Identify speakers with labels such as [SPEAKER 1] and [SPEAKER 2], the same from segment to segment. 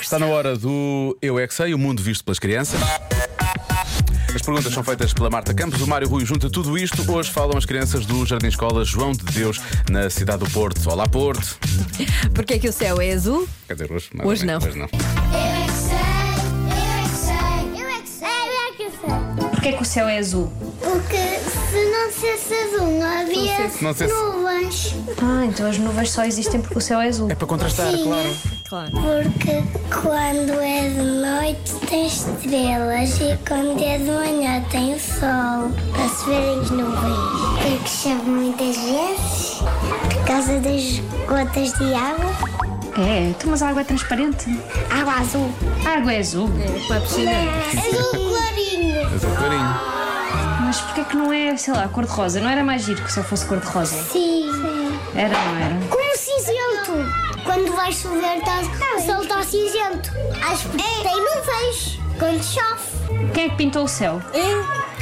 [SPEAKER 1] Está na hora do Eu É Que Sei, o mundo visto pelas crianças. As perguntas são feitas pela Marta Campos. O Mário Rui junta tudo isto. Hoje falam as crianças do Jardim Escola João de Deus, na cidade do Porto. Olá, Porto.
[SPEAKER 2] Porquê é que o céu é azul?
[SPEAKER 1] Quer dizer, hoje. mais
[SPEAKER 2] Hoje
[SPEAKER 1] ou menos,
[SPEAKER 2] não.
[SPEAKER 1] Hoje não.
[SPEAKER 3] é é
[SPEAKER 4] Porquê que o céu é azul?
[SPEAKER 3] Porque se não fosse azul, não havia
[SPEAKER 1] não fosse-
[SPEAKER 3] nuvens.
[SPEAKER 4] Ah, então as nuvens só existem porque o céu é azul.
[SPEAKER 1] É para contrastar, claro.
[SPEAKER 2] Claro.
[SPEAKER 3] Porque quando é de noite tem estrelas e quando é de manhã tem o sol para se verem as nuvens. Porque chove muitas vezes por causa das gotas de água.
[SPEAKER 4] É, então, mas a água é transparente.
[SPEAKER 3] Água azul.
[SPEAKER 4] A água é azul. É, para
[SPEAKER 3] Azul clarinho.
[SPEAKER 1] Mas é clarinho.
[SPEAKER 4] Mas porquê que não é, sei lá, cor de rosa? Não era mais giro que o céu fosse cor de rosa?
[SPEAKER 3] Sim.
[SPEAKER 4] Era, não era?
[SPEAKER 3] Como cinzento. Quando vai chover, tá, É. o sol está cinzento. Acho que tem nuvens quando chove.
[SPEAKER 4] Quem é que pintou o céu?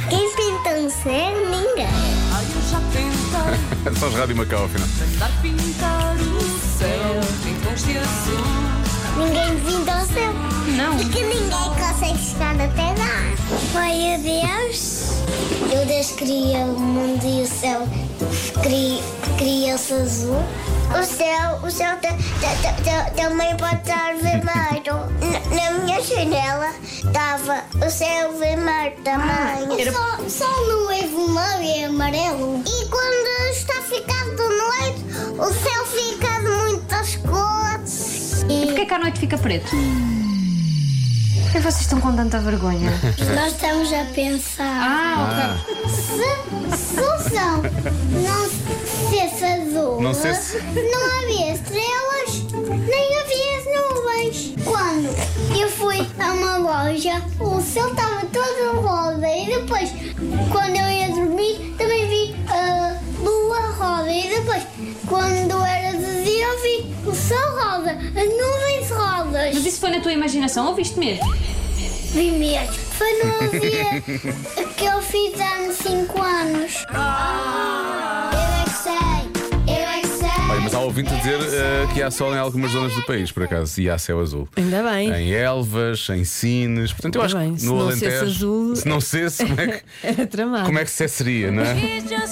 [SPEAKER 3] Quem pinta um ser, ninguém.
[SPEAKER 5] Ai, eu já tentei
[SPEAKER 1] Só os Rádio Macau, afinal.
[SPEAKER 5] tentar pintar o céu em tons de azul.
[SPEAKER 3] Ninguém pinta o céu.
[SPEAKER 4] Não.
[SPEAKER 3] Porque ninguém consegue chegar até lá. Foi o Deus. O Deus cria o mundo e o céu cri- cria-se azul. O céu, o céu ta- ta- ta- ta- também pode estar vermelho. Na, na minha janela estava o céu vermelho também. só, só não é vermelho, é amarelo. E quando está ficando noite, o céu fica de muitas cores. E-
[SPEAKER 4] Porquê que à noite fica preto? Porquê vocês estão com tanta vergonha?
[SPEAKER 3] Nós estamos a pensar.
[SPEAKER 4] Ah, ok.
[SPEAKER 3] Se, se o sol não fosse azul,
[SPEAKER 1] Não fosse-
[SPEAKER 3] não havia estrelas, nem havia nuvens. Quando eu fui a uma loja, o céu estava todo rosa. E depois, quando eu ia dormir, também vi a lua rosa. E depois, quando era de dia, eu vi o sol rosa, as nuvens rosas.
[SPEAKER 4] Mas isso foi na tua imaginação, ouviste mesmo?
[SPEAKER 3] Vi mesmo. Foi no dia que eu fiz anos 5 anos. Eu é que sei, eu é que sei.
[SPEAKER 1] Olha, mas há ouvinte a dizer eh, que há sol em algumas zonas do país, por acaso, e há céu azul.
[SPEAKER 2] Ainda bem.
[SPEAKER 1] Em Elvas, em Sines. Portanto, eu
[SPEAKER 2] Tá
[SPEAKER 1] acho
[SPEAKER 2] bem,
[SPEAKER 1] que
[SPEAKER 2] se
[SPEAKER 1] no
[SPEAKER 2] não
[SPEAKER 1] Alentejo.
[SPEAKER 2] fosse azul-
[SPEAKER 1] Se não cesse, como é que,
[SPEAKER 2] Era tramado.
[SPEAKER 1] como é que se seria, não é?